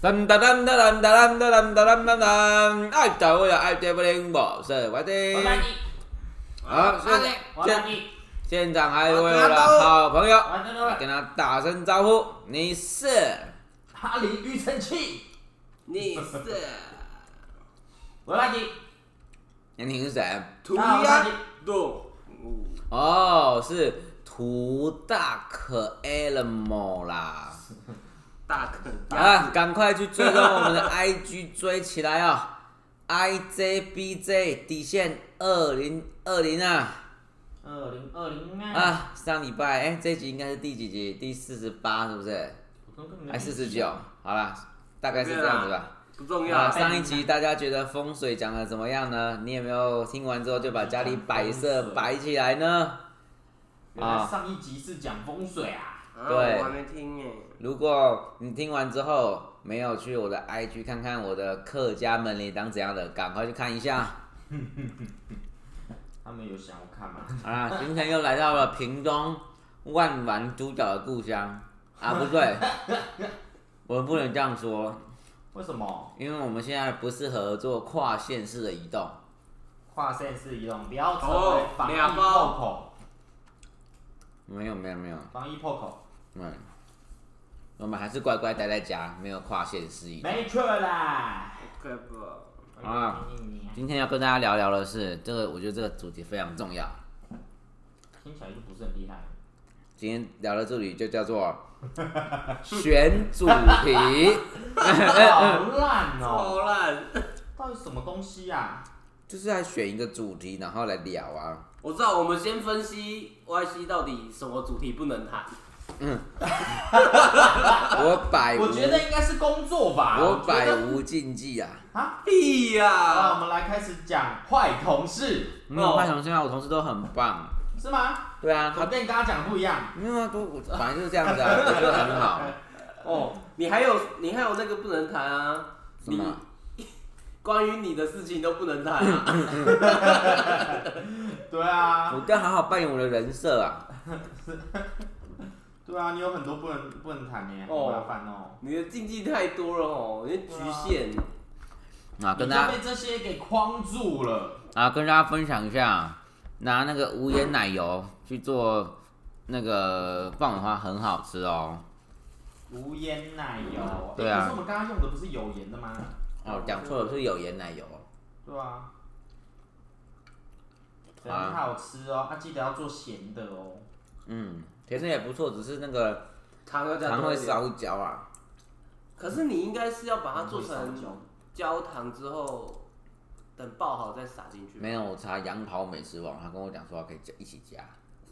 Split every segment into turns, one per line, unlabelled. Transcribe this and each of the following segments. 噔噔噔噔噔噔噔噔噔噔噔噔，爱豆又愛姐不靈，我是我
我帮
的。
你，
好，
我帮你
现，
我帮你，
现场还有我的好朋友，
完成了，
跟他打声招呼，你是
哈林庾澄庆，
你 是
我帮你，
你是谁？
涂
啊我
鸦
帮你，
豆，
哦，是图大可 Elmo 啦。
大坑
好了，赶快去追踪我们的 IG，追起来啊、IJBJ 底线二零二零啊
二零二零啊，
啊！上礼拜哎、这集应该是第几集？第四十八是不是？
嗯
还四十九？好啦，大概是这样子吧。
不重要
啊，
啊，
上一集大家觉得风水讲的怎么样呢？你有没有听完之后就把家里摆设摆起来呢？
原来上一集是讲风水啊，
啊
对
我还没听耶。
如果你听完之后没有去我的 IG 看看我的客家门铃当怎样的，赶快去看一下。
他们有想我看吗？
好啦，行程又来到了屏东万峦猪脚的故乡啊，不对，我们不能这样说，
为什么
因为我们现在不适合做跨县市的移动。
跨县市移动不要成为
哦
防疫
两
破
包
口？
没有没有没有，
防疫破口，
嗯，我们还是乖乖待在家，没有跨县市移动。
没错啦。
快不，
啊今天要跟大家聊聊的是这个，我觉得这个主题非常重要。
听起来就不是很厉害。
今天聊到这里就叫 做选主题，
好烂
好
哦！
烂！
到底什么东西呀、
就是来选一个主题，然后来聊啊。
我知道，我们先分析 YC 到底什么主题不能谈。
我百无，
我觉得应该是工作吧。
我
觉
百
得
无禁忌啊！
啊！
屁
好了，
哦
我
呀！
们来开始讲坏同事，
没有坏同事啊，我同事都很棒。
是吗？
对啊，
我
他
跟你刚刚讲的不一样。
没有啊，都我反正就是这样子啊，我觉得很好。
哦，你还有你还有那个不能谈啊，
什
你
么？
关于你的事情都不能谈 啊。
对啊，
我要好好扮演我的人设啊！
对啊，你有很多不能不能谈呢，好
哦
麻烦哦。
你的禁忌太多了哦，你的局限。
啊，
你
跟
就
大家
被这些给框住了。
啊，跟大家分享一下，拿那个无盐奶油去做那个爆米花，很好吃哦。
无盐奶油，
对
诶
啊
可是我们刚刚用的不是有盐的吗？
哦，讲错了，是有盐奶油。哦
对啊，
好
很
啊
好吃哦，啊，记得要做咸的哦。
嗯，甜的也不错，只是那个
糖要加
常
多
会
一点，
烧焦啊。
可是你应该是要把它做
很会烧焦
成焦糖之后，等爆好再撒进去。
没有，我查杨桃美食网，他跟我讲说可以加一起 加。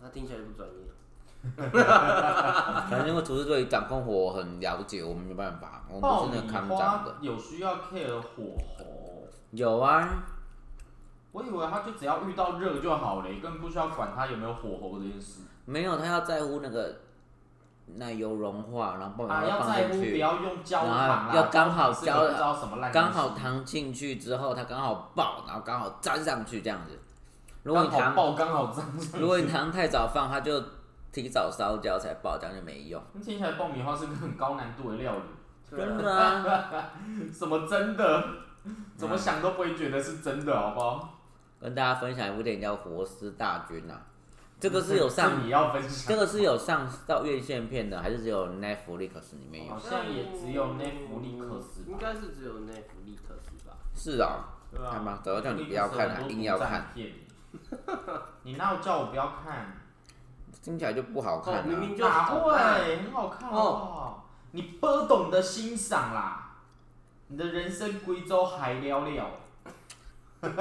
那听起来就不专业。
反正因为厨师对于掌控火很了解，我们没办法，我
爆
们不是那个
米
看掌的
花。有需要 care 火候，
有啊，
我以为它就只要遇到热就好了，根本不需要管它有没有火候这件事。
没有他要在乎那个奶油融化，然后把
啊，
它
要
放
在乎
进
不
去，
要用焦糖啦，
然后要刚好
是
焦
不知道什么烂东西，
刚好糖进去之后，它刚好爆，然后刚好粘上去这样子。如果你
刚好
糖
爆，刚好脏上去。
如果你糖太早放，它就提早烧焦才爆，这样就没用。
那听起来爆米花是个很高难度的料理，
对啊
真的啊，
什么真 的，怎么想都不会觉得是真的，好不好？
跟大家分享一部电影叫《活尸大军》啊，这个是有上，
你要分享，
这个是有上到院线片的，还是只有 Netflix 里面有
好？像也只有内弗利克斯
应
吧，
该是只有内弗利克斯吧？
是啊、
对吧、
看吧早叫你不要看了啊硬要看。
你那我叫我不要看，
听起来就不好看
哦，明
啊。
明就
哪
好看
会？很好
哦
看好不好？你不懂得欣赏啦，你的人生贵州还寥寥，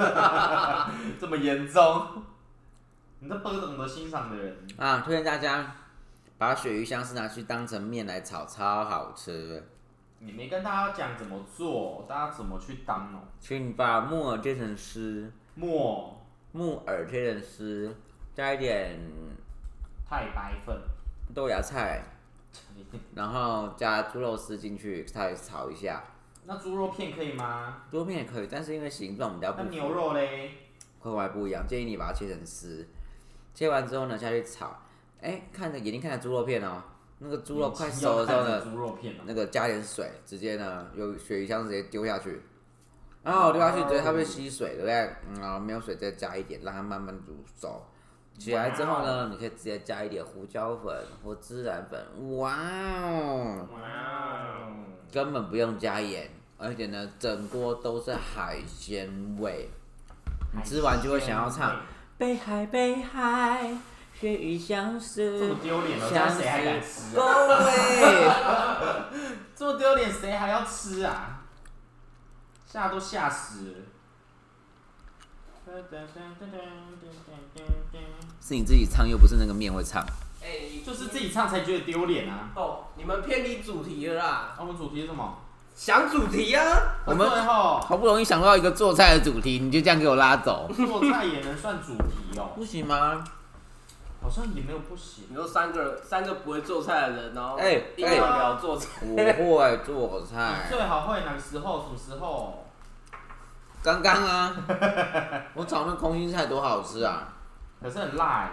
这么严重？你都不懂得欣赏的人，
啊，推荐大家把鳕鱼香丝拿去当成面来炒，超好吃。
你没跟大家讲怎么做，大家怎么去当哦？
请把木耳切成丝，
莫
木耳切成丝，加一点
太白粉，
豆芽菜，然后加猪肉丝进去，再炒一下。
那猪肉片可以吗？
多片也可以，但是因为形状比较不
那牛肉嘞？
口感不一样，建议你把它切成丝。切完之后呢，下去炒。哎，看着眼睛看着猪肉片哦，那个猪肉快熟的时候
要看
呢，
着猪肉片啊
那个加点水，直接呢有鳕鱼香直接丢下去，然后丢下去直接它会吸水，对不对？嗯，然后没有水再加一点，让它慢慢煮熟。起来之后呢，你可以直接加一点胡椒粉或孜然粉，哇哦，
哇哦，
根本不用加盐，而且呢，整锅都是海鲜味。你吃完就会想要唱
哎
北海北海，鳕鱼相
这么
思，
丢脸了，这样谁还敢吃
各
啊？
位。
这么丢脸，谁还要吃啊？吓都吓死了。
是你自己唱，又不是那个面会唱。
哎、你
就是自己唱才觉得丢脸啊！
哦，你们偏离主题了啦，
啊我们主题是什么？
想主题啊？
我们
啊对吼，
好不容易想到一个做菜的主题，你就这样给我拉走，
做菜也能算主题哦，
不行吗？
好像也没有不行。
你说三个三个不会做菜的人，然后
哎
硬要聊做菜，
我会做
你
菜，
最好会哪个时候？什么时候？
刚刚啊，我炒那空心菜多好吃啊！
可是很辣哎、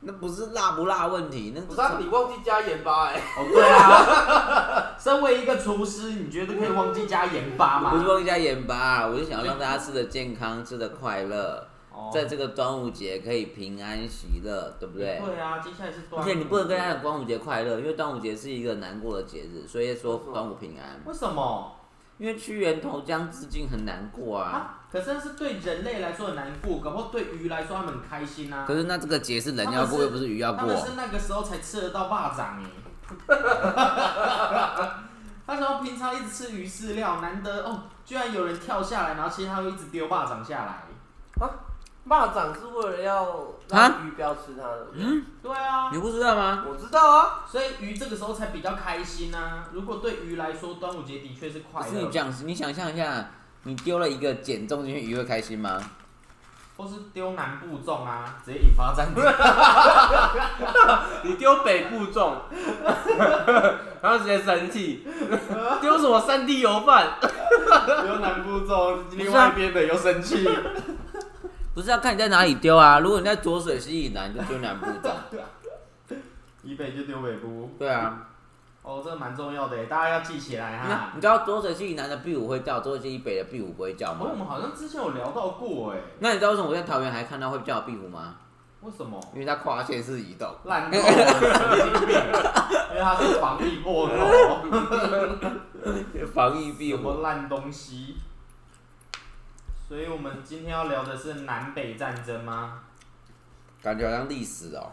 那不是辣不辣问题，那
不是、啊、你忘记加盐巴哎、
哦，对啊， 身为一个厨师，你觉得可以忘记加盐巴吗？
不是忘加盐巴，我就想要让大家吃的健 康，吃的快乐，
哦
在这个端午节可以平安喜乐，对不对？
对啊，接下来是端午。
而且你不能跟他讲端午节快乐，因为端午节是一个难过的节日，所以说端午平安。
为什么
因为屈原投江自尽很难过啊。
啊？可是那是对人类来说很难过，搞不好对鱼来说他们很开心啊。
可是那这个节是人要过，又不是鱼要
他们
过。
是那个时候才吃得到蚂蚱哎。 他说平常一直吃鱼饲料，难得哦，居然有人跳下来，然后其实他会一直丢蚂蚱下来。
蚂蚱是为了要
啊
让鱼不要吃它的，
对啊，
你不知道吗？
我知道啊。
所以鱼这个时候才比较开心啊。如果对鱼来说，端午节的确是
可
快
是你
乐，
讲，你想象一下，你丢了一个减重进去，鱼会开心吗？
或是丢南部粽啊，直接引发 战争。
你丢北部粽， 然后直接生气，丢什么三 D 油饭？
丢南部粽，另外一边的又生 气。
不是要看你在哪里丢啊。如果你在浊水溪以南，就丢南部粽。
以北就丢北部，
对 啊，
哦，这个蛮重要的耶，大家要记起来
你看，
哈。
你知道浊水溪以南的壁虎会叫，浊水溪以北的壁虎不会叫
哦，我
吗？
们好像之前有聊到过哎，
那你知道为什么我在桃园还看到会叫的壁虎吗？
为什么？
因为它跨县市移动。
烂透了，神经病！因为它是防疫破口，
防疫壁
什
虎。
么烂东西？所以我们今天要聊的是南北战争吗？
感觉好像历史哦，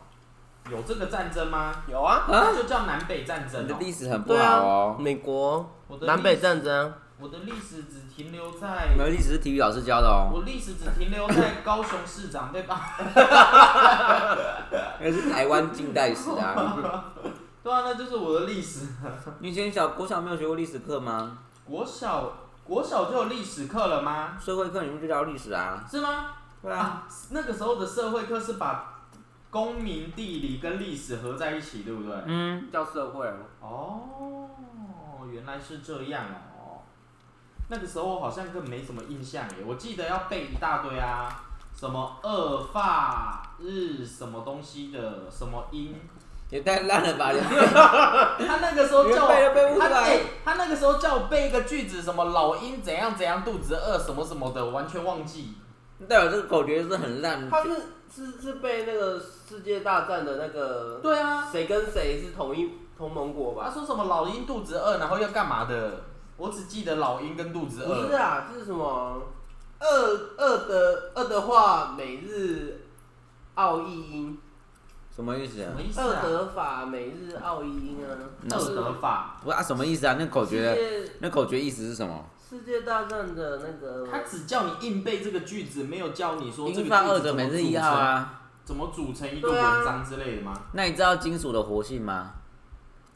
有这个战争吗？
有啊，
那就叫南北战
你
争
的
哦。
历史很不
对
好
啊，
哦。
美国
我的历
南北，战争啊，
我的历史只停留在
你，们历史是体育老师教的哦，
我历史只停留在高雄市长被罢。
那是台湾近代史 啊。
对啊，那就是我的历史。
你以前小国小没有学过历史课吗？
国小国小就有历史课了吗？
社会课你们就教历史啊？
是吗？
对，
啊，那个时候的社会课是把公民地理跟历史合在一起，对不对？
嗯，
叫社会哦。
哦，原来是这样哦。那个时候我好像更没什么印象耶，我记得要背一大堆啊，什么二法日什么东西的，什么英。
也太烂了吧！你
他那个时候叫我
原本都背不出
他
来
哎、他那个时候叫我背一个句子，什么老鹰怎样怎样肚子饿什么什么的，我完全忘记。
你代表这个口诀是很烂。
他是是是被那个世界大战的那个
对啊，
谁跟谁是同一同盟国
他
吧？
说什么老鹰肚子饿，然后要干嘛的？我只记得老鹰跟肚子
不
饿。
是啊，是什么？二二的二的话，美日奥一英；
什么意思
什
啊
么？意思
二
啊？
德法，美日奥一英啊。
那
二德法，
不是啊，什么意思啊？那口
世
诀，
界
那口诀意思是什么？
世界大战的那个
他只叫你硬背这个句子，没有教你说这
英
个
法
句
二
子
者
怎么
每
组
日一
成，
号啊。
怎么组成一个
对啊
文章之类的吗？
那你知道金属的活性吗？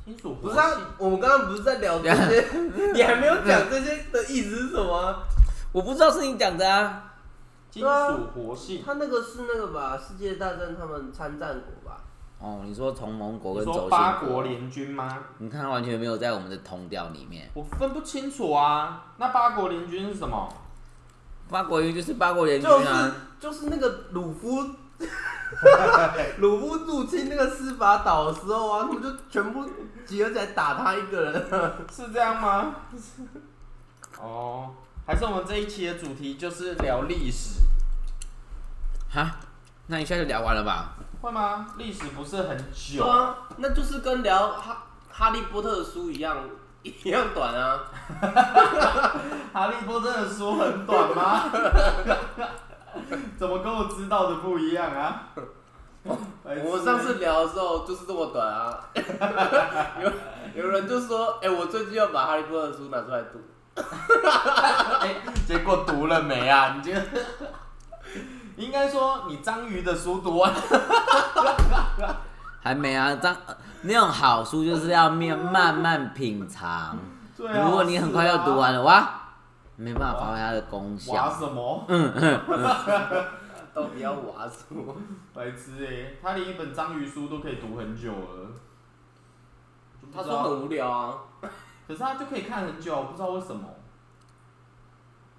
清楚
不是啊，我们刚刚不是在聊这些， 你还没有讲这些的意思是什么啊？
我不知道是你讲的啊。
金属活性。
他那个是那个吧，世界大战他们参战国吧？
哦，你说同盟国
你
跟轴
说
心
八国联军吗？
你看它完全没有在我们的同调里面。
我分不清楚啊。那八国联军是什么？
八国联军就是八国联军
就是
啊，
就是那个鲁夫 鲁夫入侵那个司法岛的时候啊，他们就全部集合起来打他一个 人。
是这样吗？哦，还是我们这一期的主题就是聊历史，
哈，那一下就聊完了吧？
会吗？历史不是很久，
啊，那就是跟聊哈哈利波特的书一样一样短啊。
哈利波特的书很短吗？ 怎么跟我知道的不一样啊？白痴
我上 次聊的时候就是这么短 啊。有有人就说，哎、我最近要把哈利波特的书拿出来读。
哎，结果读了没啊？你觉得？ 应该说你章鱼的书读完，
还没啊，张那种好书就是要面慢慢品尝。
对啊
如果你很快要读完了，哇，没办法
哇
发挥它的功
是啊，
效
哇。什么？
到底要挖 书？
白痴哎、他连一本章鱼书都可以读很久了。就不
他
知
说
道
很无聊啊。
可是他就可以看很久，我不知道为什么。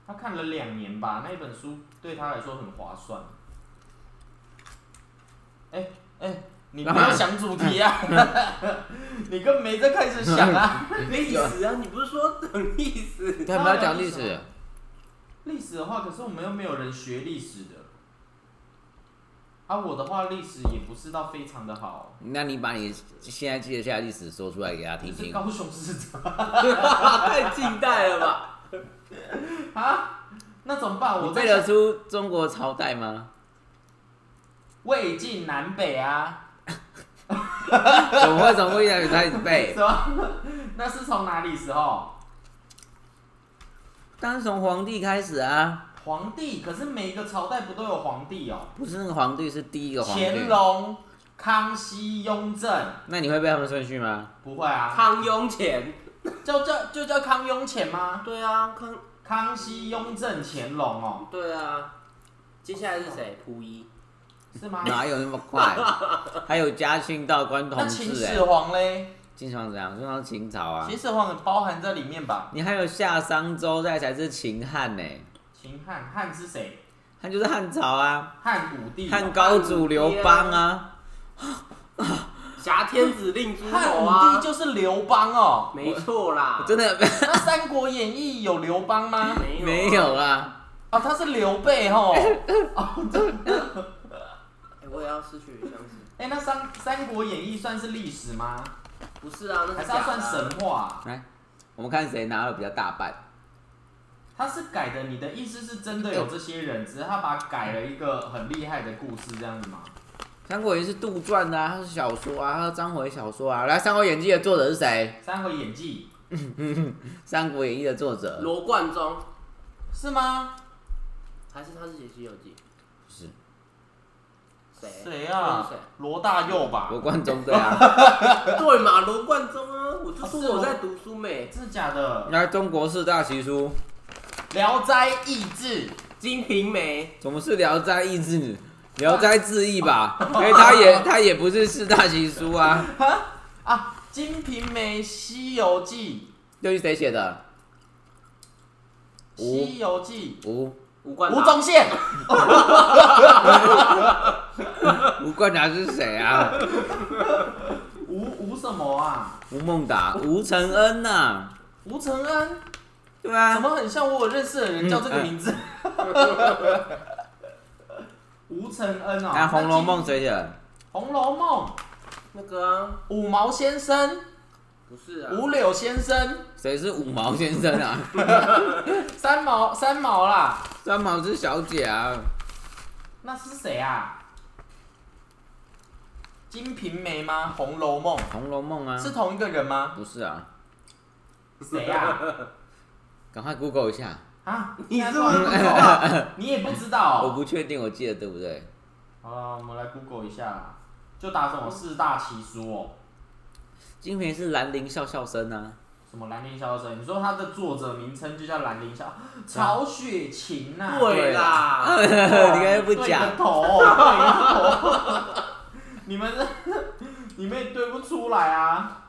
他看了两年吧，那一本书对他来说很划算。哎、哎、你不要想主题 啊！你跟没在开始想啊！
历史啊，你不是说等历史？
对，不要讲历史，
历史的话，可是我们又没有人学历史的。啊，我的话历史也不是到非常的好，
那你把你现在记得下的历史说出来给他
就
听
是
听。
高雄市长
太近代了吧？
啊，那怎么办？我
你
在
背
想
得出中国朝代吗？
魏晋南北啊。
怎么会从魏晋开始背？
什么？ 那是从哪里时候？
当然从皇帝开始啊，
皇帝，可是每个朝代不都有皇帝哦？
不是那个皇帝是第一个皇帝
乾。隆、康熙、雍正，
那你会背他们顺序吗？
不会啊？
康雍乾。
就叫就叫康雍乾吗？
对啊，康
康熙、雍正、乾隆哦，
对啊。接下来是谁？溥仪。
是吗？
哪有那么 快？还有嘉庆到关同
那秦
治哎、
始皇嘞？
秦始皇怎样？秦始皇秦朝啊
秦。始皇也包含在里面吧？
你还有夏商周代才是秦汉呢、欸
秦汉，汉是谁？
汉就是汉朝啊，
汉武帝哦、
汉高祖刘邦啊，
挟天子令诸
汉
侯
武
啊
帝。就是刘邦哦。
没错啦
我，真的
那《三国演义》有刘邦吗？
没
没有啊。
有啦。
哦，他是刘备哦。
哎我也要失去相信。
哎、那三《三国演义》算是历史吗？
不是啊，那
还
是
是它
假
算
的啊
神话、
来，我们看谁拿的比较大半。
它是改的，你的意思是真的有这些人，只是他把它改了一个很厉害的故事，这样子吗？
《三国演义》是杜撰的、啊，它是小说啊，它是章回小说啊。来，《三国演义》的作者是谁？
《三国演义
《三国演义》的作者
罗贯中，》
是吗？
还是他是写《西游记
是》？
谁？
谁
他
啊
是谁？
罗大佑吧？
罗贯中对啊。
对嘛，罗贯中啊！我就
哦是
说
罗
我在读书没，《
真的假的？
来，中国四大奇书，
《聊斋益志》
金瓶梅
怎么是《聊斋志异》志？《聊斋志异》吧，因为它也它也不是四大奇书啊。
啊，《金瓶梅》《西游记
又是谁写的？》
《
吴
西游记
吴》
吴冠
吴
达
宗宪，
吴冠达是谁啊？
吴吴什么啊？
吴孟达、吴承恩呐、
吴承恩？
对
怎
啊，
么很像我有认识的人叫这个名字？
嗯
吴承恩哦，
那《啊红楼梦》
那金
谁写的？
《红楼梦》
那个啊，
五毛先生、
不是啊，
五柳先生、
谁是五毛先生啊？
三毛三毛啦，
三毛是小姐啊。
那是谁啊？《金瓶梅》吗？《红楼梦
《红楼梦》》啊？
是同一个人吗？
不是啊？
谁呀、
赶快 Google 一下，
啊？啊，
你是不是
现在都还不知道？啊你也不知道
我
哦、
不确定我记得对不对。
好了，我们来 Google 一下啦，就打什么四大奇书哦，
金瓶是兰陵笑笑生啊，
什么《兰陵笑笑生》，你说它的作者名称就叫兰陵笑，曹雪芹啊呐、
对啦，
你刚才哎不
对
讲
个，头，对个头，你们 这你们也对不出来啊！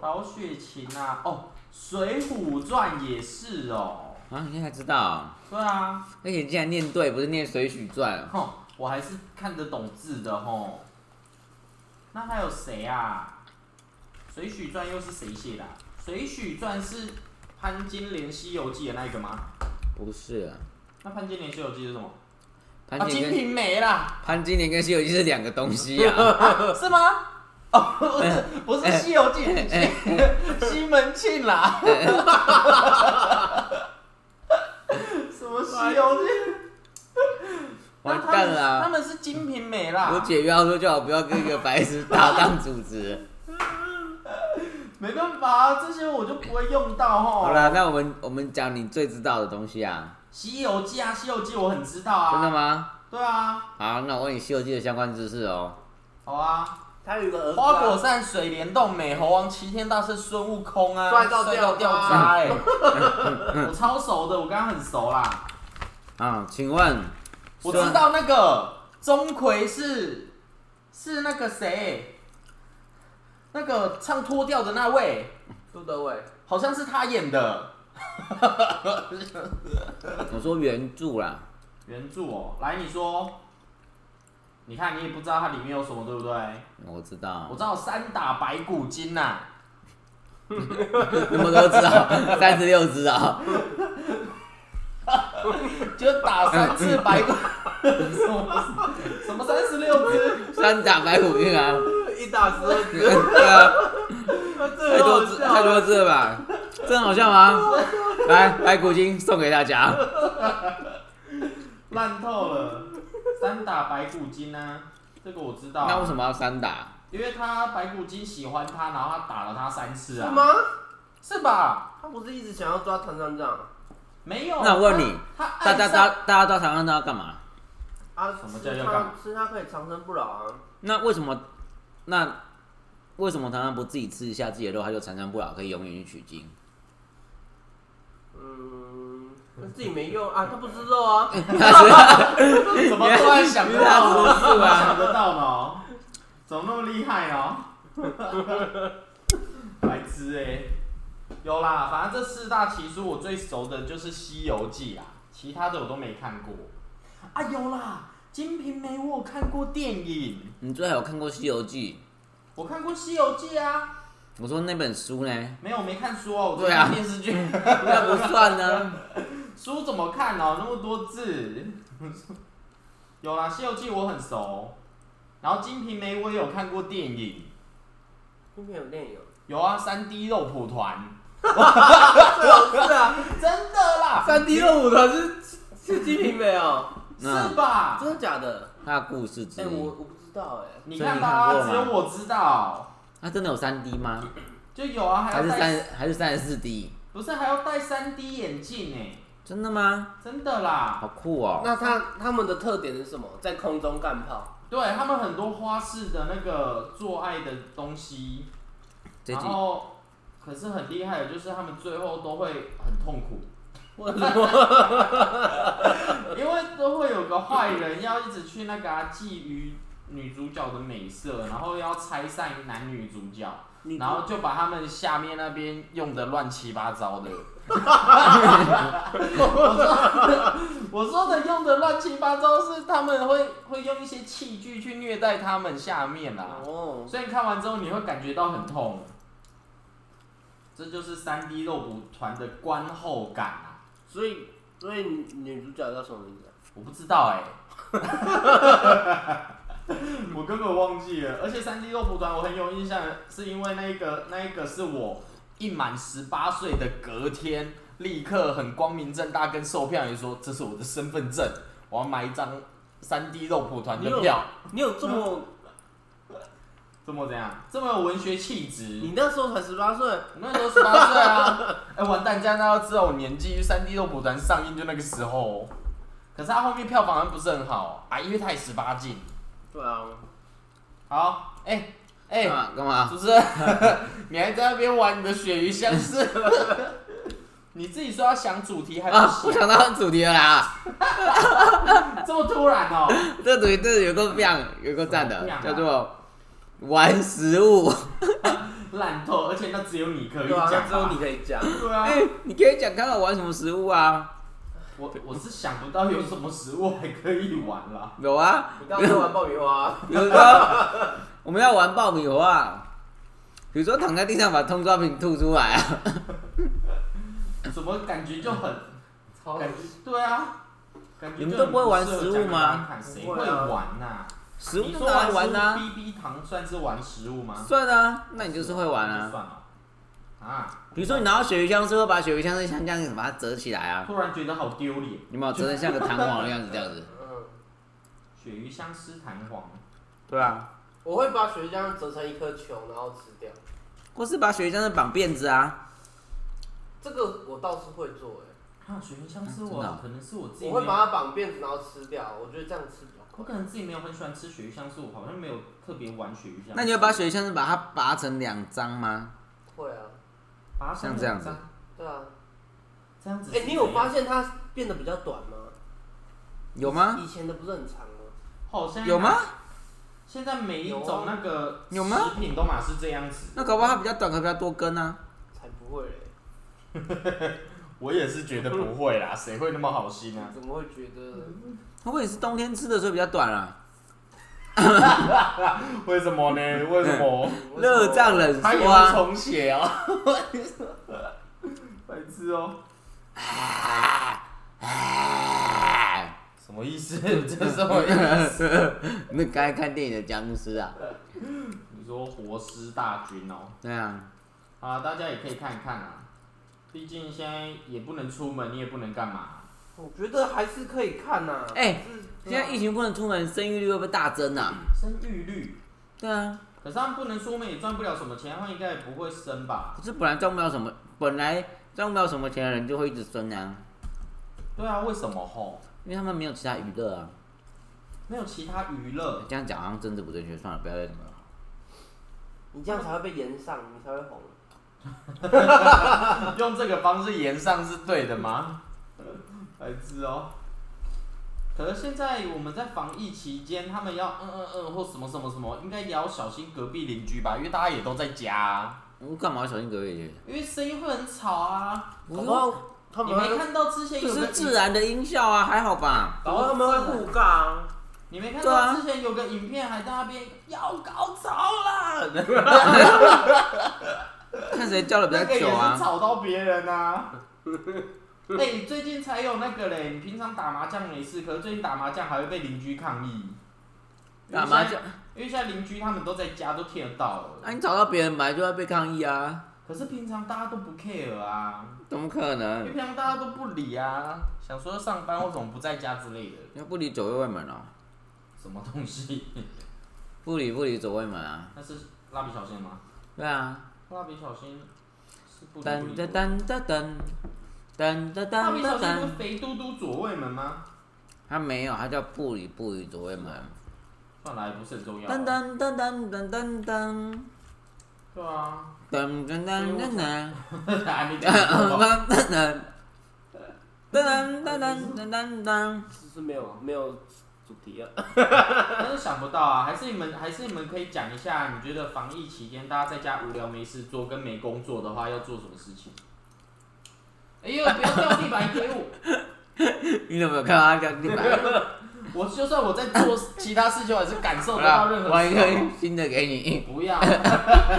曹雪芹啊，哦，《水浒传》也是哦，
啊，你现在才知道、
对啊，
而且你竟然念对，不是念《水浒传》。
哼，我还是看得懂字的吼。那还有谁啊？《水浒传》又是谁写的、啊？《水浒传》是潘金莲《西游记》的那一个吗？
不是啊，
那潘金莲《西游记》是什么？啊，
潘
《
金
金
莲跟、
瓶梅》啦，
潘金莲跟《西游记》是两个东西啊。 哎
啊是吗？ 哦，不是，不是《西游记》 西门庆啦。 什么《西游记》？那
完
他
蛋
们
了啊
他们是《金瓶梅》啦。
我姐约要说叫我不要跟一个白痴搭档主 持。
哦没办法啊，这些我就不会用到吼。
好了，那我们我们讲你最知道的东西啊，
西游记》啊，《西游记》我很知道啊。
真的？吗？
对啊，
好，那我问你《西游记》的相关知识哦。
好啊。
他有一个儿子、啊，
花果山水帘洞、美猴王、齐天大圣、孙悟空啊，
帅到
掉
掉
掉
渣
嗯
渣哎！我超熟的，我刚刚很熟啦。
啊，请问，
我知道那个钟馗是是那个谁，那个唱脱掉的那位，
杜德伟，
好像是他演的。
我说原著啦，
原著哦，来你说，你看你也不知道它里面有什么，对不对？
啊我知道
我，知道三打白骨精啊呐、
那么多只啊， 三十六只啊，
就打三次白 骨，什么什么三十六只，
三打白骨精啊，
一打十二只，
对啊，太
太
多只太多只了吧？真好笑吗？来，白骨精送给大家，
烂透了。三打白骨精啊，这个我知道。
那为什？么要三打？
因为他白骨精喜欢他，然后他打了他三次
是
啊。
吗？
是吧？
他不是一直想要抓唐三藏
没有。
那我问你
他，
大
他爱
家
上
大家大家到长安都要干嘛？
啊？
什么
是
叫要
他
干嘛
是他可以长生不老啊？
那为什么？那为什么唐安不自己吃一下自己的肉，他就长生不老，可以永远去取经？
嗯，那自己没用啊，他不吃肉啊，
怎么突然想得
原来
到呢？
如此啊
想得到呢哦？怎么那么厉害呢？ 白痴哎、有啦，反正这四大奇书我最熟的就是《西游记》啦，其他的我都没看过。啊，有啦，《金瓶梅》我有看过电影，
你最好有看过《西游记
我看过《西游记》啊，》？
我说那本书呢？
没有我没看书哦，我只
对啊
看电视剧。
那不算呢。
书怎么看哦？那么多字。 有啦，《西游记》我很熟，然后《金瓶梅》我也有看过电影，
今天有电影哦，
有啊，三 D 肉蒲团，
是啊，
真的啦，
三 D 肉舞团是是金瓶梅哦，
是吧？
真的假的？
它的故事之
哎，
一，
我我不知道哎，
你
所以
看
你
吧
看过，吗
只有我知道，
它真的有三 D 吗？
就有啊，还
还
要
是三
戴，
还是三十四 D？
不是还要戴三 D 眼镜哎、
真的吗？
真的啦，
好酷哦！
那他他们的特点是什么？在空中干 炮，
对他们很多花式的那个做爱的东西，
这
然
集
后可是很厉害的就是他们最后都会很痛苦。
为什么？
因为都会有个坏人要一直去那个、啊、觊觎女主角的美色，然后要拆散男女主角，然后就把他们下面那边用的乱七八糟的。我说我说的用的乱七八糟是他们会会用一些器具去虐待他们下面啦、
哦，
所以你看完之后你会感觉到很痛。这就是三 D 肉蒲团的观后感啊！
所以所以女主角叫什么名字啊？
我不知道哎、 我根本忘记了。而且三 D 肉蒲团我很有印象，是因为那一个那一个是我一满十八岁的隔天，立刻很光明正大跟售票员说这是我的身份证，我要买一张三 D 肉蒲团
你有
的票。
你有这么
这么怎样？这么有文学气质？
你那时候才十八岁，
我那时候十八岁 啊！哎、完蛋，这样大家都知道我年纪。三 D 肉蒲团上映就那个时候，可是它后面票房好像不是很好啊，因为太十八禁。
对啊，
好，哎、哎、
干嘛干嘛？
主持人， 你还在那边玩你的鳕鱼相似？ 你自己说要想主题还不
啊，我
行，
想到主题了啦！
这么突然哦、
这主题这有个 b 有个赞
什么
的
bang 啊，
叫做玩食物。
烂透，而且那只有你可以
对啊，
讲，
那只有你，可以讲。
对啊，
哎，你可以讲看看玩什么食物啊？
我我是想不到有什么食物还可以玩啦。
有啊，
你刚刚在玩爆米花 啊，
比如说 我们要玩爆米花啊，比如说躺在地上把通抓饼吐出来啊，
怎么感觉就很
超
感觉对啊？感觉
你们都不会玩食物吗？
谁
不
会
会啊
玩呐、
食物
你
就
说
拿来
玩
玩啊，
B B 糖算是玩食物吗？
算啊，那你就是会玩
就
啊。
算了啊！
比如说你拿到鳕鱼枪之后，把鳕鱼枪的像这样子把它折起来啊，
突然觉得好丢脸，
有没有折成像个弹簧的样子这样子？
嗯，
啊
鳕啊鱼香丝弹簧，
对啊，我会把雪浆折成一颗球，然后吃掉。
或是把鳕鱼枪的绑辫子啊，
这个我倒是会做哎、
啊，鳕鱼香丝
真
我、
的啊
可能是我自己
我
没有
会把它绑辫子，然后吃掉。我觉得这样吃比较
我
快。
可能自己没有很喜欢吃鳕鱼香丝，我好像没有特别玩鳕鱼香。
那你要把鳕鱼枪把它拔成两张吗？
会啊，
把它
像这样子
上面
对啊。
扎，这样子
哎、
是怎样。
你有发现它变得比较短吗？
有吗？
以前的不是很长吗？
好像
有吗？？
现在每一
有
种
啊
那个
有吗
食品都嘛是这样子。
那搞不好它比较短，可比较多根啊。
才不会嘞、
我也是觉得不会 啦，谁会那么好心啊？
怎么会觉得？
它会是冬天吃的，所以比较短啊。
为什么呢？ 为什么？
热胀冷
他也
缩嗯
会
啊。
重写啊！白痴哦、什么意思？ 这是什么意 思？
那刚才看电影的僵尸啊，
你说活尸大军哦、
对啊，
啊，大家也可以看看啊。毕竟现在也不能出门，你也不能干嘛。
我觉得还是可以看呐、
哎
只是啊
现在疫情不能出门，生育率会不会大增啊？
生育率，
对啊，
可是他们不能出门，也赚不了什么钱，他们应该也不会生吧？
可是本来赚不了什么，本来赚不了什么钱的人就会一直生啊，
对啊，为什么吼？
因为他们没有其他娱乐啊。
没有其他娱乐，
这样讲好像政治不正确，算了，不要再讲了。
你这样才会被延上，你才会红。
用这个方式延上是对的吗？白痴哦、可是现在我们在防疫期间，他们要嗯嗯嗯或什么什么什么，应该也要小心隔壁邻居吧，因为大家也都在家、啊，
我干嘛要小心隔夜？
因为声音会很吵啊。
我
然
说
后他
你
们
没
会，
看到之前
这
哎有
是
个
自然的音效啊，还好吧？
然后他们会互尬啊。
你没看
对啊
到之前有个影片还在那边要高潮啦，哎
看谁叫的比
那个
较
也
久
是
啊？
吵到别人啊。 哎、最近才有那个嘞，你平常打麻将没事，可是最近打麻将还会被邻居抗议。哎
打啊麻将，啊哎
因为现在邻居他们都在家都听得到了，
那你吵到别人本来就要被抗议啊，
可是平常大家都不 care 啊，
怎么可
因为
能？
平常大家都不理啊，想说上班为什么不在家之类的，
要不理走位外门哦，
什么东西？
不理不理走位门啊。
那是蜡笔小新吗？
对啊，
蜡笔小新是不理
噔
不
噔
理的。
噔噔噔噔噔
蜡笔
噔
小
噔
新不是
噔，
肥嘟嘟左卫门吗？
他没有，他叫不理不理走位门。
算来不是很重要。啊
噔噔噔噔噔噔噔
对啊，
噔噔噔噔噔。
啊你
噔噔噔噔噔噔噔
讲什么
噔噔噔！
就是没有没有主题啊。
但是想不到啊，还是你们还是你们可以讲一下，你觉得防疫期间大家在家无聊没事做跟没工作的话，要做什么事情？哎呦，不要掉地板给我！
你怎么有看到他掉地板？
我就算我在做其他事情，我还是感受
好
得到
啦
任
我
何
一
事。
个新的给你。
不要，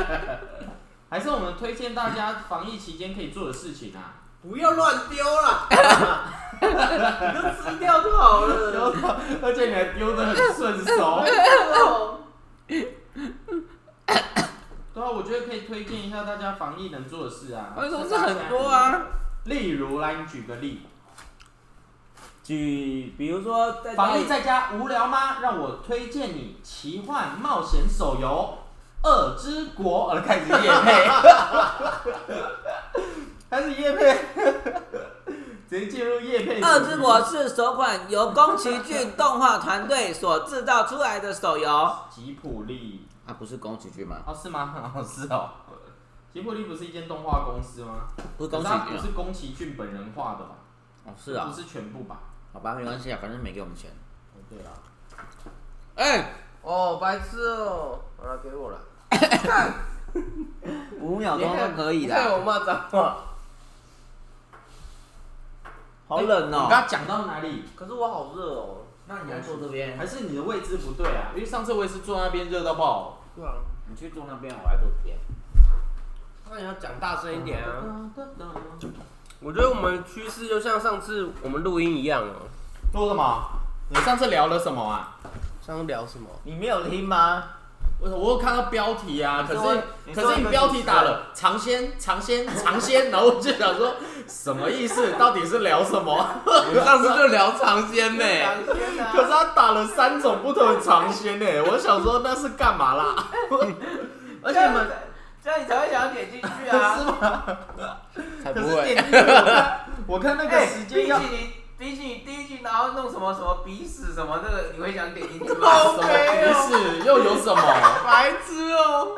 还是我们推荐大家防疫期间可以做的事情啊。
不要乱丢啦，你就吃掉就好了。
而且你还丢的很顺手。对啊，我觉得可以推荐一下大家防疫能做的事啊。
为什么是很多啊？
例如来，你举个例，
举，比如说在
防疫在家无聊吗？让我推荐你奇幻冒险手游《恶之国》，呃，开始夜配， 开始夜配， 直接进入夜配。
《恶之国》是首款由宫崎骏动画团队所制造出来的手游。啊，
吉普力
不是宫崎骏吗？
哦，是吗？哦，是哦。吉普力不是一间动画公司吗？
不是
可
宫
是
崎
它不
骏啊
是宫崎骏本人画的吧？
哦，是啊
不。是全部吧？
好吧，没关系啊，反正没给我们钱。
哦，对
啊
啦。
哎，
哦，白痴哦，好了，给我了。
五秒钟都可以
你看
的。
我骂脏话，
好冷
你
哦、
刚刚讲到哪里？
可是我好热哦。
那
你还坐这边
还是你的位置不对啊？因为上次我也是坐那边热到爆。
对啊，
你去坐那边，我来坐这边。
那你要讲大声一点啊。
我觉得我们趋势就像上次我们录音一样哦、
录什么？你上次聊了什么啊？
上次聊什么？
你没有听吗？
我我有看到标题啊，可
你说
是
你
可
说
是
一
你
个
标
主
题
持
打
人
了尝鲜尝鲜尝鲜，然后我就想说什么意思？到底是聊什么？
我们上次就聊尝鲜妹，
天啊 哪
可是他打了三种不同的尝鲜呢，我想说那是干嘛啦？
而且 你们这样你才会想要点进去啊。
才
可
不
是
会
点。进去我看我看那个
哎
时间
比
要
啊
起你，比起你第一句，然后弄什么什么鼻屎什么那个，你会想点进去吗？
什么提示又有什么？
哦白痴哦、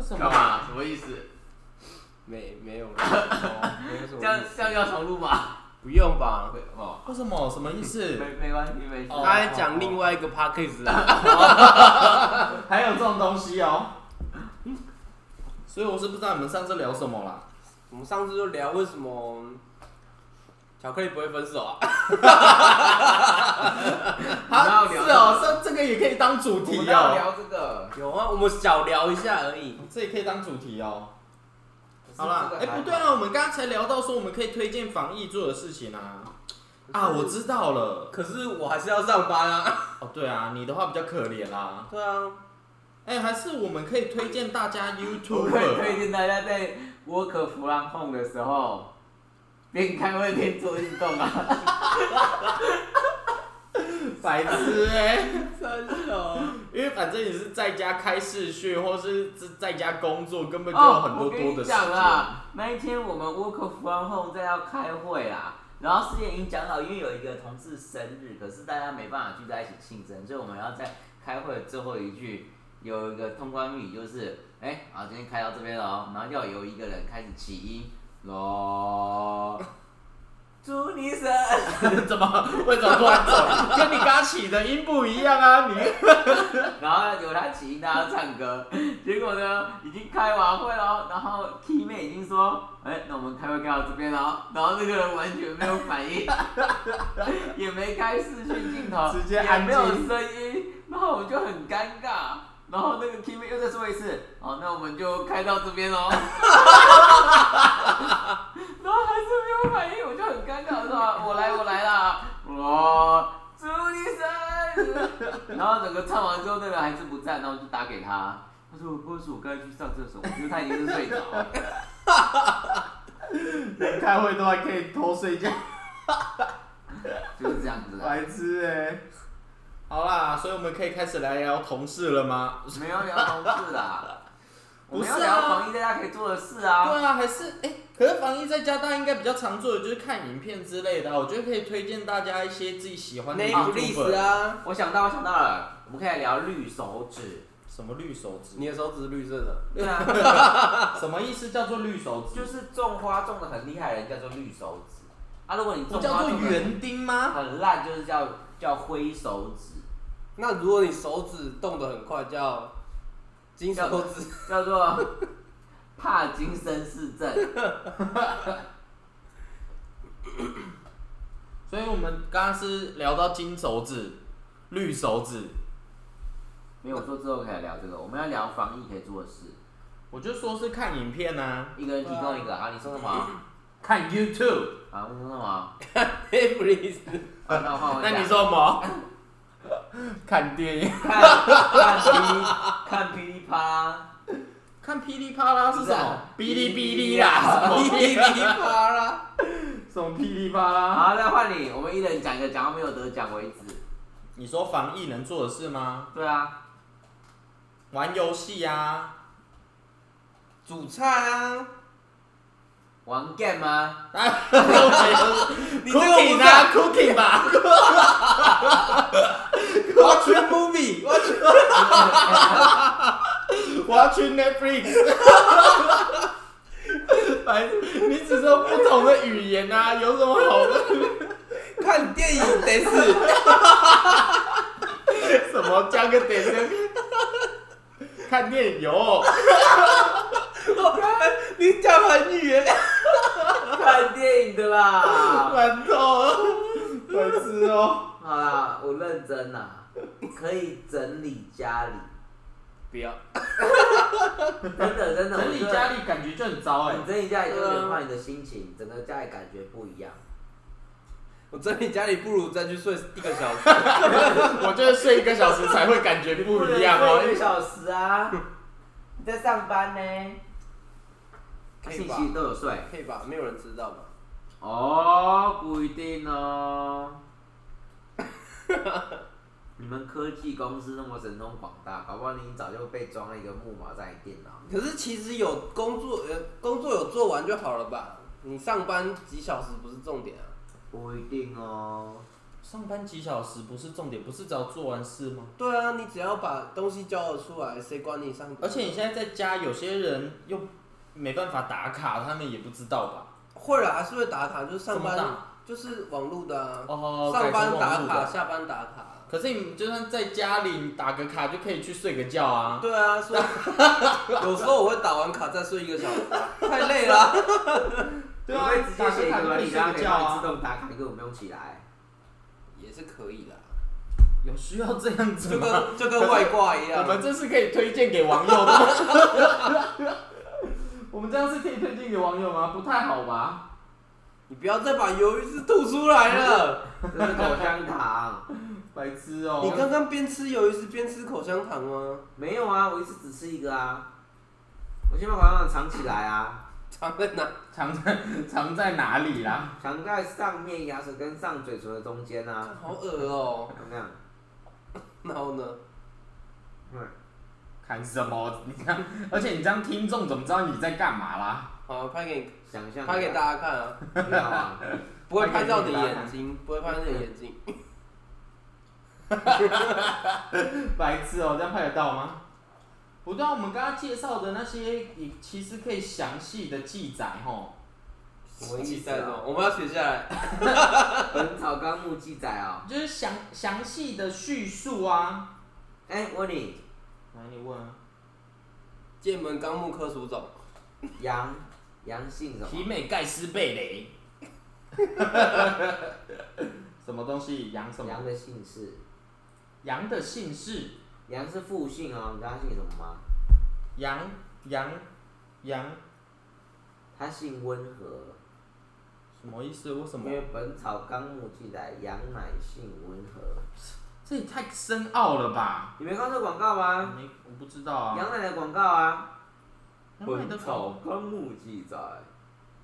什
干嘛
什么意思？
没没有了，哦没有什么意思。
这样这样要重录吗？
不用吧？
哦，
为什么？什么意思？
没没关系，没事。
哦
他在讲另外一个 p a c k a g e
还有这种东西哦。所以我是不知道你们上次聊什么啦。
我们上次就聊为什么巧克力不会分手啊？
啊
是哦，这这个也可以当主
我们
题
要
哦，
聊这个。
有啊，我们小聊一下而已。
这也可以当主题哦。好
啦
啦，，哎、不对啊，我们刚才聊到说我们可以推荐防疫做的事情啊。啊，我知道了。
可是我还是要上班啊。
哦，对啊，你的话比较可怜啦、
对啊，
哎、还是我们可以推荐大家
我会推
YouTube。
荐大家在 work 弗朗控的时候，边开会边做运动啊。
白痴哎、
三啊小。
因为反正你是在家开视讯，或是在家工作，根本就有很
哦，
多
我跟
多
你
的时
讲
间。
啊啦，那一天我们 work 弗朗控在要开会啦。然后事先已经讲好，因为有一个同事生日，可是大家没办法聚在一起庆生，所以我们要在开会的最后一句有一个通关语，就是哎，好，今天开到这边了哦，然后要由一个人开始起音，咯，祝你生日，
怎么为什么突然走？跟你刚起的音不一样啊！ 你
然后由他起音，大家唱歌。 结果呢，已经开完会了，然后 Key 妹已经说：“哎、那我们开会开到这边了。”然后那个人完全没有反应， 也没开视讯镜头，
直接
也
安静
没有声音，然后我就很尴尬。然后那个 Key 妹又再说一次：“好，那我们就开到这边 喽。”然后还是没有反应，我就很尴尬，我说啊：“我来，我来啦，我祝你生 日。”然后整个唱完之后，那个还是不在，然后就打给他，他说我不是我刚才去上厕所，我觉得他已经是睡着了。
连开会都还可以偷睡觉，
就是这样子的。
白痴哎、好啦，所以我们可以开始来聊同事了吗？
没有聊同事啦，我们要
不是啊
聊防疫在家可以做的事啊。
对啊，还是哎、可是防疫在家，大家应该比较常做的就是看影片之类的啊、我觉得可以推荐大家一些自己喜欢的
Name list
YouTuber。
啊，
我想到，我想到了，我们可以来聊绿手指。
什么绿手指？
你的手指是绿色的，
对啊，
什么意思叫做绿手指？
就是种花种的很厉害的人叫做绿手指啊。如果你
不
种
叫
花
做
种得
园丁吗？
很烂，就是叫叫灰手指，
那如果你手指动得很快，叫金手指。
叫做帕金森氏症。
所以我们刚刚是聊到金手指、绿手指，
没有，我说之后可以来聊这个，我们要聊防疫可以做的事。
我就说是看影片啊。
一个人提供一个啊，你说什么啊？
看 YouTube，
啊，我说什么啊？
Name list。
啊那我换我
那
讲
你说什么？看电影，
看看噼看噼里啪啦，
看噼里啪啦是
不是
什
啊
么？哔哩哔哩啦，
噼 里啪啦。
什么噼里啪啦？
好，再换你，我们一人讲一个，讲到没有得奖为止。
你说防疫能做的事吗？
对啊，
玩游戏啊，
煮菜啊，
玩 game 吗？
你这个不
cooking
是啊
啊，cooking 吧，
watch a movie，watch
我要去 Netflix。反正你只说不同的语言啊，有什么好的？
看电影得是
什么加个点点？看电影有，
你讲韩语耶，
看电影的
啊
啦。
烂透了，白痴哦、
好啦，我认真啦，可以整理家里，
不要，
真的真的，
整理
我觉得
家里感觉就很糟哎、
你整理家里就有点换你的心情，整个家里感觉不一样。
我整理家里不如再去睡一个小时。
我觉得睡一个小时才会感觉不一样
你不能睡一个
哦、
小时啊，你在上班呢。
可以
星
吧
期都有睡
可以吧？没有人知道吧？
哦，不一定 哦。你们科技公司那么神通广大，搞不好你早就被装了一个木马在你电脑。
可是其实有工作，呃，工作有做完就好了吧？你上班几小时不是重点啊？
不一定哦。
上班几小时不是重点，不是只要做完事吗？
对啊，你只要把东西交了出来，谁管你上班？
而且你现在在家，有些人又没办法打卡，他们也不知道吧？
会啦，还是会打卡，就是上班
怎么打
就是网络的啊，
哦
上班
改
打
成网
卡，
络的
下班打卡。
可是你就算在家里你打个卡就可以去睡个觉啊。
对啊， 所以有时候我会打完卡再睡一个小时，太累了啊。
对啊
你会直接写一
打个卡
个
就可
软
以
体，
睡
让
个觉
你帮你自
啊。
动打卡，你根本不用起来。
也是可以啦，
有需要这样子
就
吗？
跟就跟外挂一
我
样。
们这是可以推荐给网友的吗。我们这样是可以推荐给网友吗？不太好吧？
你不要再把鱿鱼丝吐出来了。
这是口香糖。
白痴哦、
你刚刚边吃鱿鱼丝边吃口香糖吗？
没有啊，我一次只吃一个啊。我先把口香糖藏起来啊，
藏在哪？
藏在藏在哪里啦？
藏在上面牙齿跟上嘴唇的中间啊，
好恶哦、
怎么样？
然后呢？
嗯，
看什么？你这样，而且你这样，听众怎么知道你在干嘛啦？
好，拍给
想
你，
象
拍给大家看啊！
家，不要啊，
不会拍到你的眼睛，不会拍到你的眼睛。
白痴哦、这样拍得到吗？不对啊，我们刚刚介绍的那些，你其实可以详细的记载吼。
什么意
记
思
载
啊？
哦，我们要写下来。
《本草纲目》记载哦。
就是详详细的叙述啊。
哎、我问你，
来，你问啊。
剑门纲目科属种，
羊羊姓什么？
美盖斯贝雷。 什么东西？羊什
羊
么？
的姓氏，
羊的姓氏。
羊是父姓哦，你知道他姓什么吗？
羊羊羊
他姓温和，
什么意思？为什
因
么？
为《本草纲目》记载羊乃姓温和。
这也太深奥了吧？
你没看这广告吗？
没，我不知道啊。
羊奶的广告啊。
羊奶的狗
纲目》记载，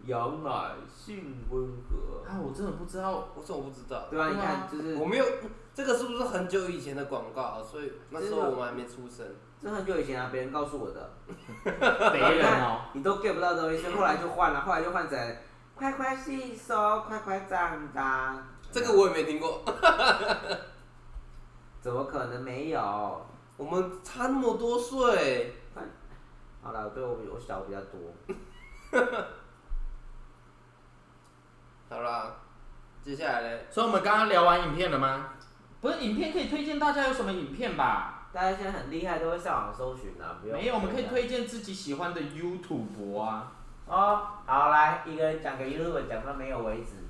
羊奶性温和。
啊，我真的不知道。
我怎么不知道？
对啊，你
对啊
看，就是
我没有，这个是不是很久以前的广告啊？所以那时候我们还没出生。
这很久以前啊，别人告诉我的。
别人哦，
你都 get 不到的东西，后来就换了，后来就换成快快吸收，快快长大。
这个我也没听过。
怎么可能没有？好
我们差那么多岁，
了，对我比我小比较多。
好啦，接下来嘞，
所以我们刚刚聊完影片了吗？不是，影片可以推荐大家有什么影片吧？
大家现在很厉害，都会上网搜寻啊，不用。
没有，我们可以推荐自己喜欢的 YouTube 啊。
哦。好，来一个人讲个 YouTube，讲到没有为止。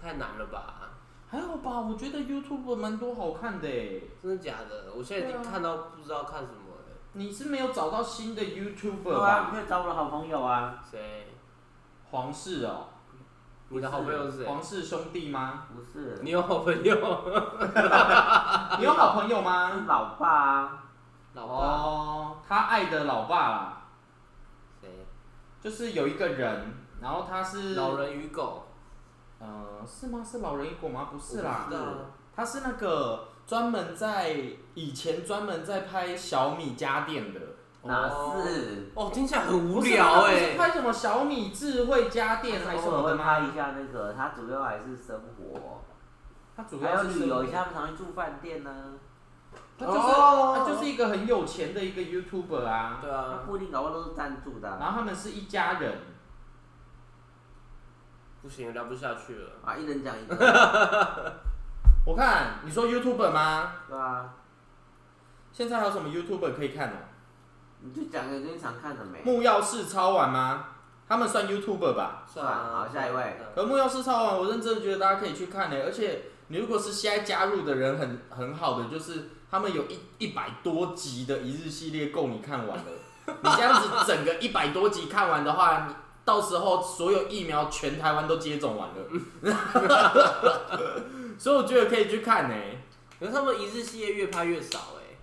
太难了吧？
还好吧，我觉得 YouTube 蛮多好看的欸诶。
真的假的？我现在已经看到不知道看什么了。
你是没有找到新的 YouTuber
对啊，
吧？
你可以找我的好朋友啊。
谁？
黄氏哦，
你的好朋友是谁？
黄氏兄弟吗？
不是，
你有好朋友？
你有好朋友
是
吗？
老爸啊。
老爸？
哦，他爱的老爸啦，
谁？
就是有一个人，然后他是
老，人与狗？
呃，是吗？是老人一果吗？不是啦
我不，知道
他是那个专门在以前专门在拍小米家电的，
哪
哦
是？欸
哦，听起来很无
不是
聊
他
哎、
不是拍什么小米智慧家电还是什
偶尔
么的
会拍
吗
一？下那个，他主要还是生活，
他主
还有
要是
旅游一
生
下，他们常去住饭店呢。
他就是
哦
他就是一个很有钱的一个 YouTuber 啊，
对
他
啊，
固定搞不好都是赞助的啊、
然后他们是一家人，
不行，聊不下去了。
啊，一人讲一个，对
我看你说 YouTuber 吗？
啊，
现在还有哦什么 YouTuber 可以看呢、
你就讲一个最近常看的没？
木曜四超玩吗？他们算 YouTuber 吧？
算了好下一位
嗯
可木曜四超玩，我认真觉得大家可以去看呢、欸而且你如果是现在加入的人很很好的，就是他们有一一百多集的一日系列够你看 完了。你这样子整个一百多集看完的话，你到时候所有疫苗全台湾都接种完了， 所以我觉得可以去看呢、欸
可是他们一日系列越拍越少哎、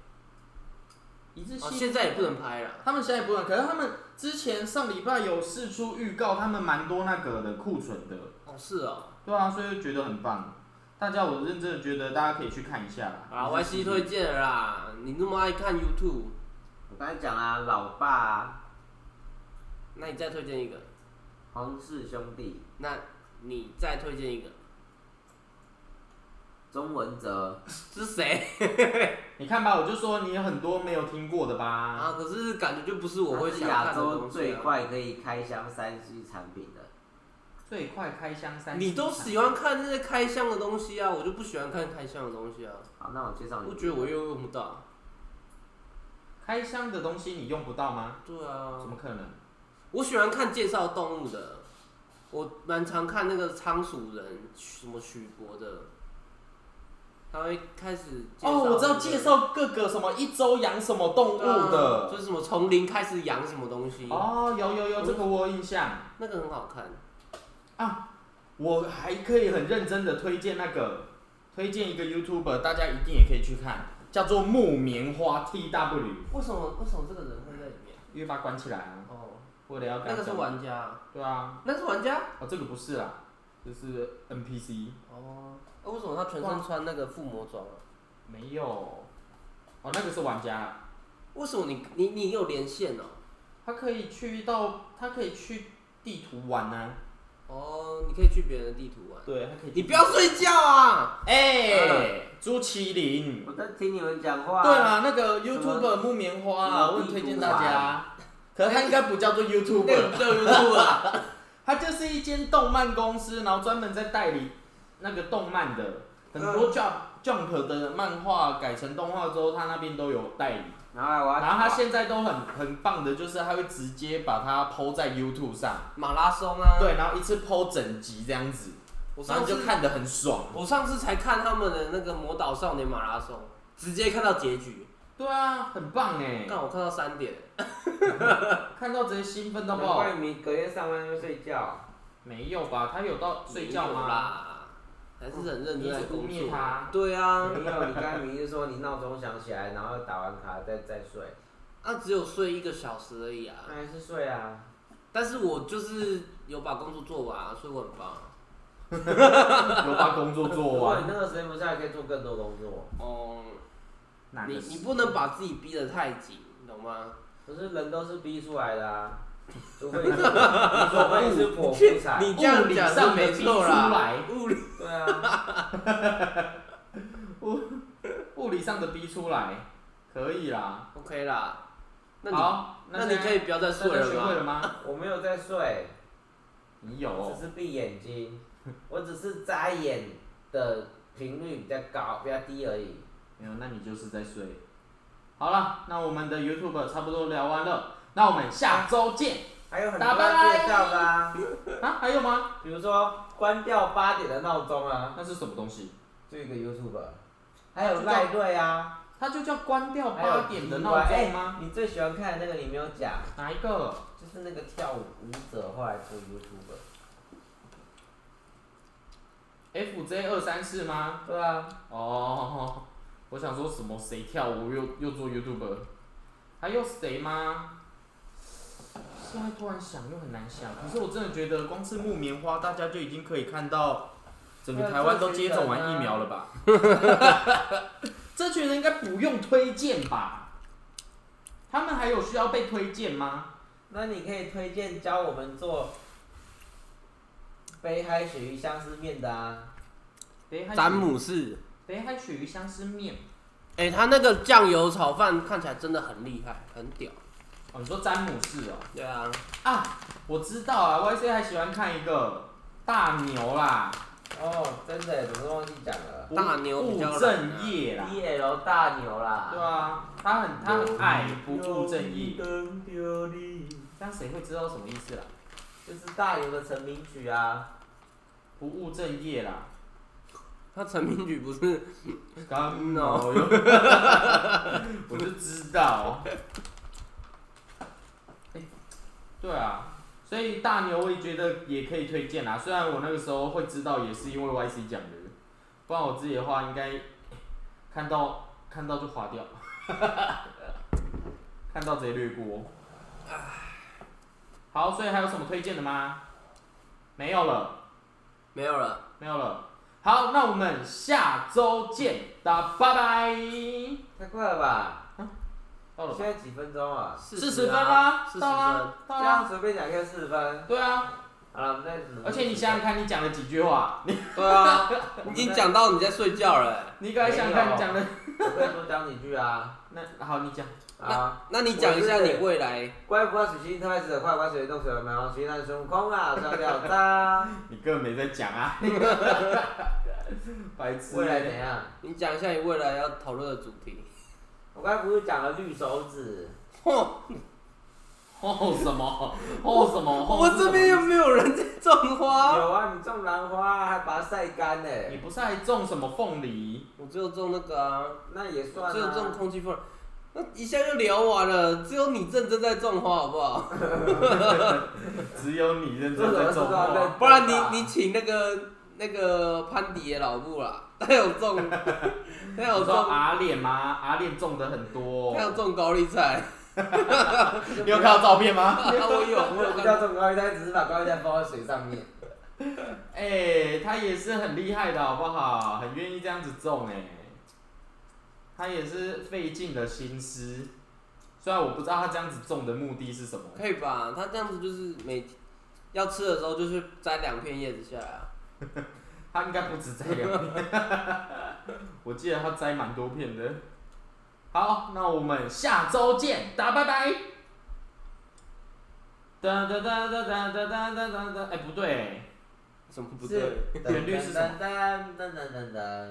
一日
哦现在也不能拍了。
他们现在也不能，可是他们之前上礼拜有试出预告，他们蛮多那个的库存的。
哦，是哦。
对啊，所以就觉得很棒。大家，我认真的觉得大家可以去看一下啦。
啊，Y C 推荐了啦，你那么爱看 YouTube，
我刚才讲啊，老爸、啊、
那你再推荐一个，
黄氏兄弟、
那你再推荐一个，
钟文泽，
是 谁
你看吧，我就说你有很多没有听过的吧。
啊？可是感觉就不是我会
他是
想
亚
看的
洲
东西
最
啊。
快可以开箱三 C 产品的。
最快开箱三
你都喜欢看那些开箱的东西啊，我就不喜欢看开箱的东西啊，
好，那我介绍你。
我觉得我又用不到。
开箱的东西，你用不到吗？
对
怎
啊，
么可能？
我喜欢看介绍动物的，我蛮常看那个仓鼠人什么许博的，他会开始介绍
哦，我知
那
道
个
介绍各个什么一周养什么动物
对啊
的。
就是什么从零开始养什么东西，
哦，有有有，这个我有印象。啊
那个很好看。
我还可以很认真的推荐那个，推荐一个 YouTuber，大家一定也可以去看，叫做木棉花 TW。
为什么为什么这个人会在里面？
因为把它关起来啊，
哦，
为了要跟
那
他
个是
讲
玩家，
对啊。
那是玩家。
哦，这个不是啦，这是 NPC，
哦，那为什么他全身穿那个附魔装啊？
没有。哦，那个是玩家啦，
为什么你你你有连线哦？
他可以去到，他可以去地图玩呢、
哦，你可以去别人的地图玩。
对，他可以去。
你不要睡觉啊！
哎、
嗯
朱麒麟。
我在听你们讲话。啊
对
啊
啦，那个
什么
YouTuber 木棉花啊，
什么
我
地
很推荐
图
大家。 可是他应该不叫做
那个
YouTuber，
不叫 YouTube 啊，
他就是一间动漫公司，然后专门在代理那个动漫的，很多 Jump Jump 的漫画改成动画之后，他那边都有代理。
然后来我要。
然后他现在都很很棒的，就是他会直接把它抛在 YouTube 上，
马拉松 啊。，
对，然后一次抛整集这样子，
我
然
上
后
次
就看得很爽。
我上次才看他们的那个《魔导少年马拉松》，直接看到结局，
对啊，很棒哎，
但我看到三点。
看到直接兴奋到
难
爆。
怪你隔天上班就睡觉。
没有吧？他有到睡觉
没有
吗？
啦，还是很认真在工
你一直污蔑
作
他。
对啊，
没有，你刚才明明说你闹钟响起来，然后打完卡再再睡，
那啊只有睡一个小时而已啊。
那还是睡啊。
但是我就是有把工作做完啊，所以我很棒啊。
有把工作
如
做
果你
完。
那个时间不下，可以做更多工作。
哦、
哪
你
个
你不能把自己逼得太紧，懂吗？
可是人都是逼出来的啊，除非 你是除非你是剖腹产。
你这样讲是没错啦。物理
对啊，
物理上的逼出来？可以啦。
OK 啦，那你
好，
那你
现在
可以不要再
大
睡
家学会
了
了
吗？
吗？
我没有在睡，
你有
我
哦
只是闭眼睛，我只是眨眼的频率比较高，比较低而已。
没有，那你就是在睡。好了，那我们的 YouTube 差不多聊完了，那我们下周见。
还有很多要
打败
介绍的啊，
啊，还有吗？
比如说关掉八点的闹钟啊，
那是什么东西？
就一个 YouTube，还有赖瑞啊。
它就叫关掉
还有哎
八点的闹钟吗？
你最喜欢看的那个你没有讲，
哪一个？
就是那个跳舞舞者后来做 YouTube。
FJ 二三四吗？
对啊，
哦，我想说什么谁跳舞又又做 YouTuber，还有谁吗？现在突然想又很难想，可是我真的觉得光是木棉花，大家就已经可以看到整个台湾都接种完疫苗了吧？啊这群人应该不用推荐吧？他们还有需要被推荐吗？
那你可以推荐教我们做北海鳕鱼香丝面的啊。
北海
詹姆士，
北海鳕鱼香丝面
哎、他那个酱油炒饭看起来真的很厉害，很屌。
哦，你说詹姆士哦？
对啊，
啊，我知道啊，YC 还喜欢看一个大牛啦，
哦，真的耶，怎么都忘记讲了。
大牛比
不
较
务
懒啊
正业啦，
BL 哦大牛啦。
对啊，他很他很爱不务正业，
丢你
这样谁会知道什么意思啦？啊
大有个成名曲啊，
不务正业啦。
他成名曲不是
刚
No
我就我就知道。哎对啊，所以大牛我也觉得也可以推荐啊。虽然我那个时候会知道，也是因为 YC 讲的，不然我自己的话应该看到看到就划掉， 看到直接略过。好，所以还有什么推荐的吗？没有了。
没有了，
没有了。好，那我们下周见，大家拜拜。
太快了吧？
到了吧
现，在几分钟啊？
四十
40
分
啊
啦，
四十
到啦
分，，
到
这样
啦。
随便讲一个四十分。
对啊，
好了，我们再努力
而且你想想看，你讲了几句话？你
对 啊，已经讲到你在睡觉了欸、
你刚才想想看，你讲的
我可以多讲几句 啊。
那好，你讲。
啊，
那你讲一下你未来，
乖不乖水星特别值得快，乖水动水了没有？水星孙悟空啊，上吊 渣。
你根本没在讲啊， 白痴。
未来怎样？
你讲一下你未来要讨论的主题。
我刚才不是讲了绿手指？
哦，
哦什么？哦什么？吼
我这边又
什么
没有人在种花，
有啊，你种兰花还把它晒干呢，
你不是还种什么凤梨？
我只有种那个啊，
那也算
只有种
啊。
空气凤，那一下就聊完了。只有你认真在种花，好不好？
只有你认真在种哦
这
花。
个
不然你你请那个那个潘迪的老布啦，他有 种，他有
我说
种，
阿脸吗？阿脸种的很多
他。有种高丽菜，
你有看到照片吗？
啊我有我有
不
看
叫
到，
种高丽菜，只是把高丽菜放在水上面。
哎、他也是很厉害的，好不好？很愿意这样子种、哎，他也是费尽了心思。虽然我不知道他这样子种的目的是什么，
可以吧？他这样子就是每要吃的时候就是摘两片叶子下来啊。
他应该不止摘两 片，我记得他摘蛮多片的。好，那我们下周见，大家拜拜。哒哒哒哒哒哒哒哒哒哒，哎，不对，
什么不对
是？
旋律是什么？
噔噔噔噔噔。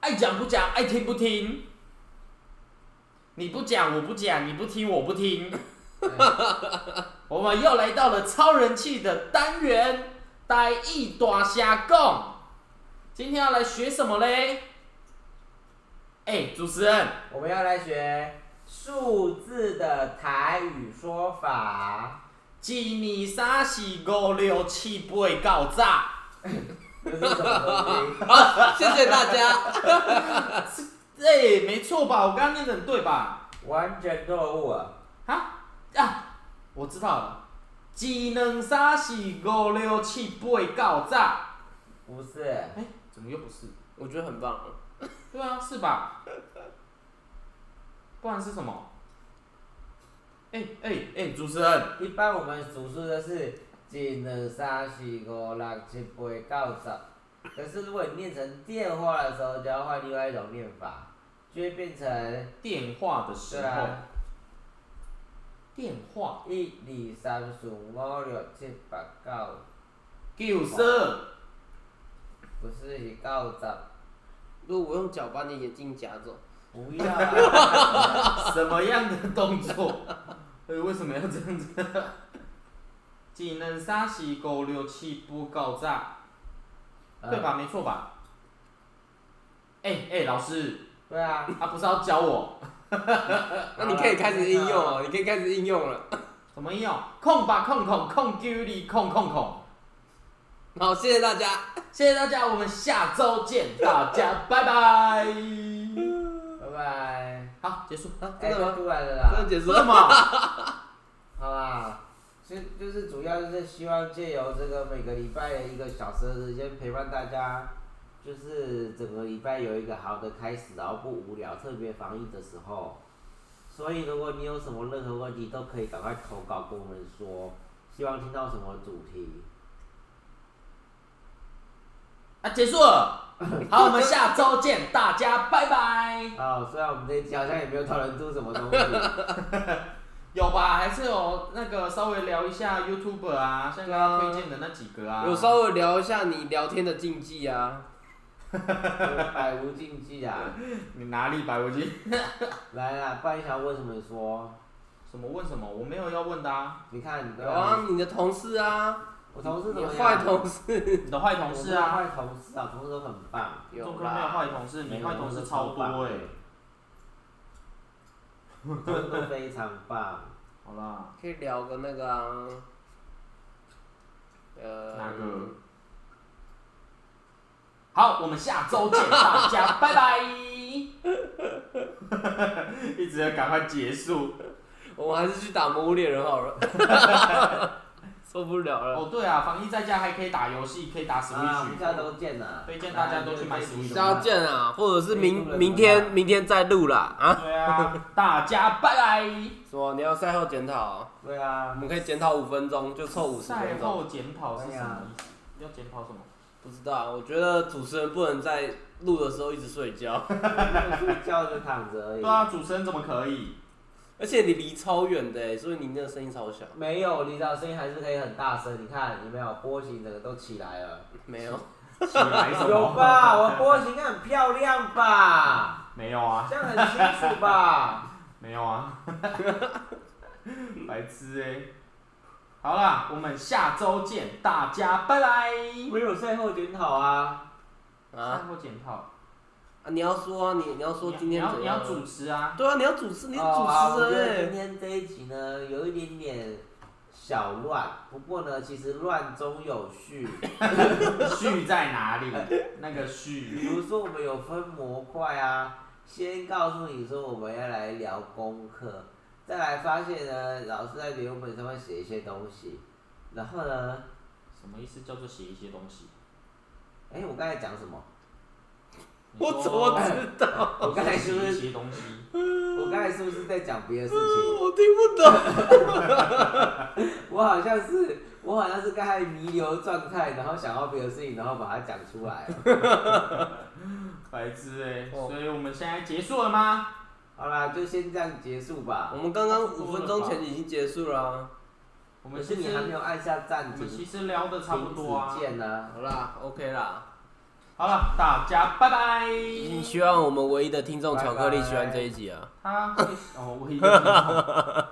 爱讲不讲，爱听不听。你不讲，我不讲；你不听，我不听。我们又来到了超人气的单元，呆一大虾共。今天要来学什么嘞？哎、主持人，
我们要来学数字的台语说法，
一二三四五六七八九十。
这是什么东西？
好，谢谢大家。
哎、没错吧？我刚刚念的很对吧？
完全错误啊！
啊啊！我知道了，一二三四五六七八九十。
不是，
哎、怎么又不是？
我觉得很棒，
对啊，是吧？不然是什么？哎哎哎，主持人，
一般我们数数的是一二三四五六七八九十，可是如果你念成电话的时候，就要换另外一种念法，就会变成
电话的时
对
候，
啊，
电话
一二三四五六七八九，
九十，
不是是九十，
如果我用脚把你眼睛夹走，
不要啊！
什么样的动作？ 哎，为什么要这样子？一二三四五六七八九十，对
嗯
吧？没错吧？哎、哎、老师，
嗯？对啊。
他、不是要教我
那你可以开始应用哦，你可以开始应用了。
怎么用？控吧控控控九里控控控。
好，谢谢大家。
谢谢大家，我们下周见，大家拜拜。
拜拜。
好，结束。
啊，真
哎、
的
欸，
吗？
出来了
真
啦
的，结束
为什
了？
么？
好啦，就就是主要就是希望借由这个每个礼拜的一个小时的时间陪伴大家，就是整个礼拜有一个好的开始，然后不无聊，特别防疫的时候。所以如果你有什么任何问题，都可以赶快投稿跟我们说，希望听到什么主题。
啊，结束了。好，我们下周见，大家拜拜。
哦，虽然我们这一集好像也没有讨论出什么东西，
有吧？还是有那个稍微聊一下 YouTube 啊，像刚刚推荐的那几个啊。
有稍微聊一下你聊天的禁忌啊。
百无禁忌啊！啊
你哪里白无忌？
来啦，不然你想问什么你说？
什么问什么？我没有要问的啊，
你看，
有 啊，你的同事啊，
我同事怎
你
么样
坏同事，
你的坏同事啊，
我不是坏同事啊，同事都很棒。
怎么
有
可能没有
啦，
坏同事？你坏同事超多哎、
同事都非常 棒。
好啦，
可以聊个那个啊，呃，
哪个？好，我们下周见，大家拜 拜。一直要赶快结束。
我们还是去打魔物猎人好了，受不了了。
哦，对啊，防疫在家还可以打游戏，可以打
啊，我们大家
Switch。
都见了，
推荐大家都去买 Switch
大家见啊，或者是明
可以录了
明
怎么
天
办
明天再录啦啊？
对啊，大家拜拜。
什么？你要赛后检讨？
对啊
我，们可以检讨五分钟，就凑五十
赛
分钟。
后检讨是
哎
什
呀
么意思？要检讨什么？
不知道啊，我觉得主持人不能在录的时候一直睡觉，
睡觉就躺着而已。
对啊，主持人怎么可以？
而且你离超远的欸，所以你那个声音超小。
没有，你的声音还是可以很大声。你看有没有波形，整个都起来 了。
没有，
起来什么？
有吧？我波形很漂亮吧？
没有啊，
这样很清楚 吧？
没有啊， 白痴哎、好啦，我们下周见，大家拜拜。
没有赛后检讨啊，
啊
赛后检讨，
啊！你要说啊，你你要说今天
你要
怎
你
样
要
啊？
主持啊，
对啊，你要主持，你是
哦好
主
我
持
觉得
人
今
哎。
天这一集呢，有一点点小乱，不过呢，其实乱中有序。
序在哪里？那个
比
序，
如说我们有分模块啊，先告诉你说我们要来聊功课，再来发现呢，老师在原本上面写一些东西，然后呢，
什么意思？叫做写一些东西。
哎，我刚才讲什么？
你
我
说哎
怎么知道？
我刚才是不
你说
是
写一些东西？
我刚才是不是在讲别的事情？
我听不懂。
我好像是我好像是刚才弥留状态，然后想到别的事情，然后把它讲出来了。
白痴哎、
哦
所以我们现在结束了吗？
好啦，就先这样结束吧
我。们刚刚五分钟前已经结束了啊。
我
可
们
是
其
你
实
还没有按下
我
暂
们
停，
其
停
实聊的差不多啊
止。键呢、
好啦，OK 啦。
好了，大家拜拜。
你希望我们唯一的听众巧克力喜欢这一集啊？
他会哦，我一定知道